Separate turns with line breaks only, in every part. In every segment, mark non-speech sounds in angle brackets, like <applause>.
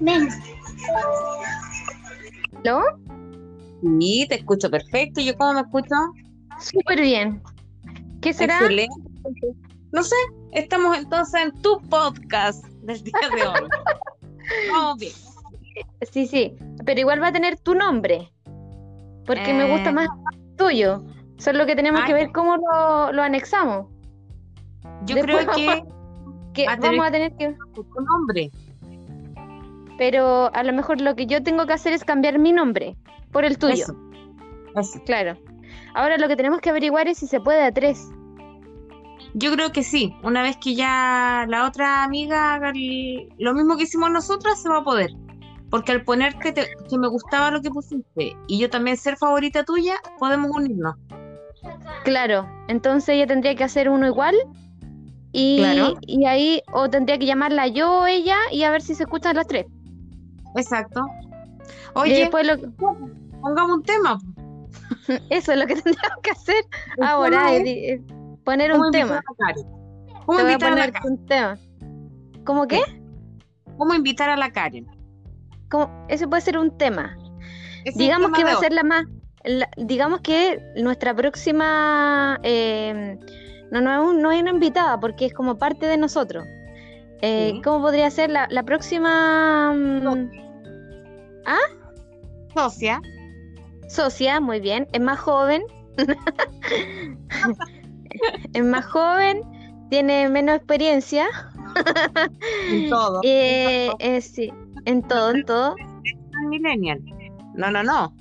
Ven.
¿Lo?
Sí, te escucho perfecto. ¿Y yo cómo me escucho?
Súper bien. ¿Qué será?
Excelente. No sé, estamos entonces en tu podcast del día de
<laughs>
hoy. Vamos bien.
Sí, sí. Pero igual va a tener tu nombre. Porque me gusta
Eh.
más el tuyo. Solo que tenemos
Ah,
que ver
ya.
cómo lo, lo anexamos.
Yo
Después
creo que
Que
Ah, tenés-
vamos a tener que.
tu nombre.
Pero a lo mejor lo que yo tengo que hacer es cambiar mi nombre por el tuyo.
Eso. Eso.
Claro. Ahora lo que tenemos que averiguar es si se puede a tres.
Yo creo que sí. Una vez que ya la otra amiga haga el- lo mismo que hicimos nosotras, se va a poder. Porque al ponerte te- que me gustaba lo que pusiste y yo también ser favorita tuya, podemos unirnos.
Claro. Entonces ella tendría que hacer uno igual. Y,
Claro.
y ahí o tendría que llamarla yo o ella y a ver si se escuchan las tres.
Exacto.
Y
Oye,
después lo-
pongamos un tema.
eso es lo que <laughs> tendríamos que hacer ahora, eh, es di- es poner un tema.
¿Cómo
Te voy a
invitar a la
poner
Karen?
un tema. ¿Cómo qué?
¿Cómo invitar a la Karen?
¿Cómo? Eso puede ser un tema.
Ese es el
digamos
tema
que
de
va a
hoy.
ser la más la- digamos que nuestra próxima eh, no no es un- no es una invitada porque es como parte de nosotros Eh,
Sí.
cómo podría ser la, la próxima mm,
socia.
socia muy bien es más joven <laughs> es más joven tiene menos experiencia <clears throat>
En todo.
eh, eh, sí en todo en todo
En Millennial. No, no, no.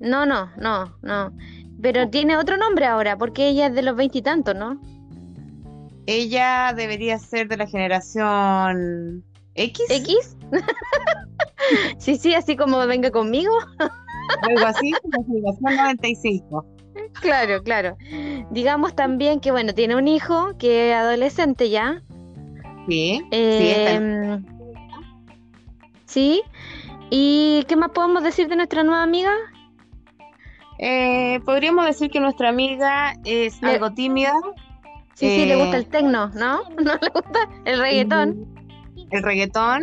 no no no no pero tiene otro nombre ahora porque ella es de los veintitantos no
Ella debería ser de la generación X,
¿X? <laughs> sí, sí, así como venga conmigo.
algo así, la generación 95.
Claro, claro. Digamos también que, bueno, tiene un hijo que es adolescente ya.
Sí. está
Eh, sí. ¿Y qué más podemos decir de nuestra nueva amiga?
Eh, podríamos decir que nuestra amiga es
Le-
algo tímida.
Sí, sí, le gusta
Eh,
el tecno, ¿no? <laughs> ¿No le gusta el reggaetón?
Mm. El reggaetón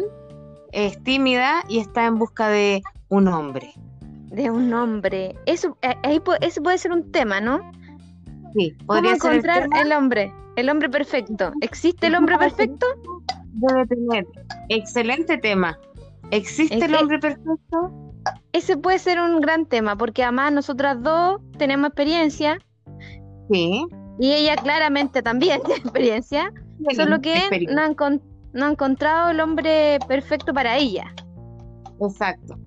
es tímida y está en busca de un hombre.
De un hombre. Eso, eh, ahí pu- eso puede ser un tema, ¿no?
Sí,
¿Cómo
podría ser el
encontrar
tema.
el hombre? El hombre perfecto. ¿Existe el <laughs> hombre perfecto?
Debe tener. Excelente tema. ¿Existe
Es
el
que-
hombre perfecto?
Ese puede ser un gran tema, porque además nosotras dos tenemos experiencia
Sí.
y ella claramente también <laughs> tiene experiencia, solo que
Experiencia.
no ha, encon- no ha encontrado el hombre perfecto para ella.
Exacto.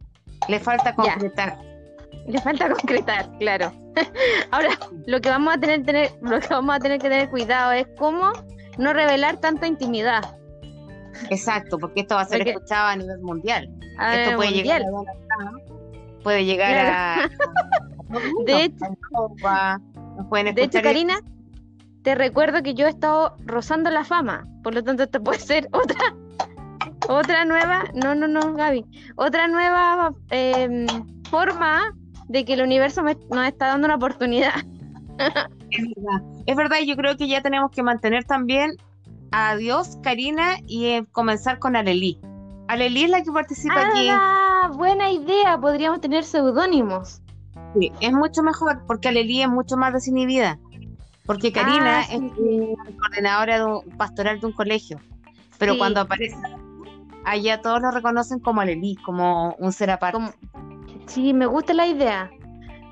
Le falta concretar.
Le falta concretar, claro. <laughs> Ahora, lo que vamos a tener, tener, lo que vamos a tener que tener cuidado es cómo no revelar tanta intimidad
Exacto, porque esto va a ser
Porque-
escuchado a nivel mundial.
a
esto
nivel
puede llegar,
mundial.
a, puede llegar <laughs>
<laughs>
a- a.
De hecho-
a- nos pueden
De hecho,
escuchar en-
Karina, te recuerdo que yo he estado rozando la fama, por lo tanto, esto puede ser otra, otra nueva, no, no, no, Gaby, otra nueva eh, forma de que el universo me- nos está dando una
<laughs>
oportunidad.
Es verdad, es verdad, y yo creo que ya tenemos que mantener también a Dios, Karina, y eh, comenzar con Alelí. Alelí es la que participa aquí.
Ah, buena idea, podríamos tener seudónimos.
Sí, es mucho mejor, porque Alelí es mucho más desinhibida. Porque Karina
Ah, sí,
es eh, coordinadora de un- pastoral de un colegio. Pero
Sí.
cuando aparece, allá todos lo reconocen como Alelí, como un ser aparte.
Como- Sí, me gusta la idea.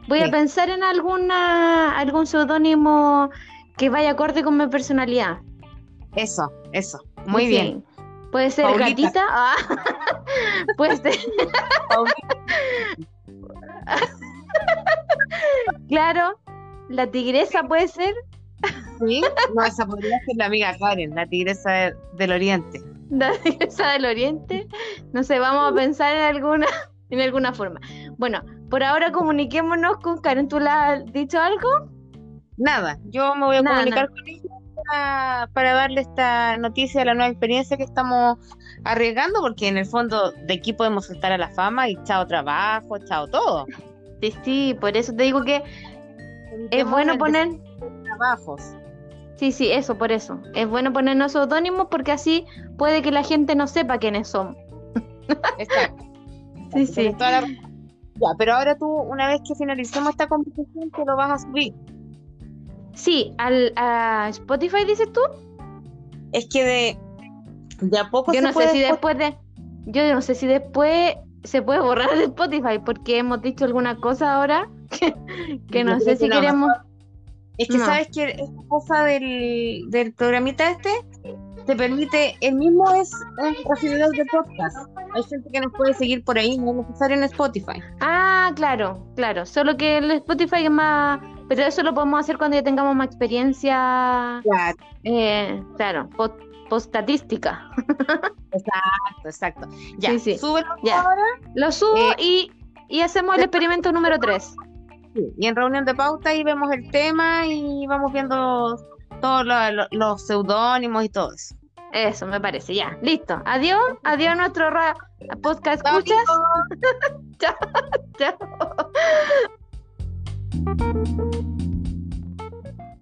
Voy a
Sí.
pensar en alguna algún seudónimo que vaya acorde con mi personalidad.
Eso, eso. Muy
Sí.
bien.
Puede ser
Paulita.
gatita. Ah, <laughs> puede ser. claro. La tigresa puede ser <laughs>
Sí, No, esa podría ser la amiga Karen, la tigresa de- del Oriente.
la tigresa del oriente. No sé, vamos a pensar en alguna, <laughs> en alguna forma. Bueno, por ahora comuniquémonos con Karen. ¿Tú le has dicho algo?
Nada, yo me voy a
Nada,
comunicar con ella para, para darle esta noticia de la nueva experiencia que estamos arriesgando, porque en el fondo de aquí podemos saltar a la fama y chao trabajo, chao todo.
Sí, sí, por eso te digo que es
Evitemos
bueno
el
poner. <laughs>
trabajos.
Sí, sí, eso, por eso. Es bueno ponernos seudónimos porque así puede que la gente no sepa quiénes somos.
Exacto.
Sí,
Tienes
sí.
toda la razón. Ya, pero ahora tú, una vez que finalicemos esta conversación, te lo vas a subir.
Sí, al, a Spotify dices tú.
Es que de, de a poco
Yo
Pues se
no sé
puede
si
después-
después de. Yo no sé si después se puede borrar de Spotify porque hemos dicho alguna cosa ahora <laughs> que, que
Yo
no
creo
sé
que
si
no.
queremos.
Es que
No.
sabes que esta cosa del, del programita este te permite, el mismo es un recibidor de podcast. Hay gente que nos puede seguir por ahí, no es necesario en Spotify.
Ah, claro, claro. Solo que el Spotify es más. Pero eso lo podemos hacer cuando ya tengamos más experiencia.
Claro,
eh, claro, post, postatística.
exacto. Ya,
Sí, sí.
súbelo
Ya.
ahora
Lo subo
Eh,
y, y hacemos el experimento número 3.
sí, y en reunión de pauta ahí vemos el tema y vamos viendo todos lo- lo- los seudónimos y todo eso.
Eso me parece, ya. Listo. Adiós. Adiós nuestro ra- podcast. ¿Escuchas? Chao.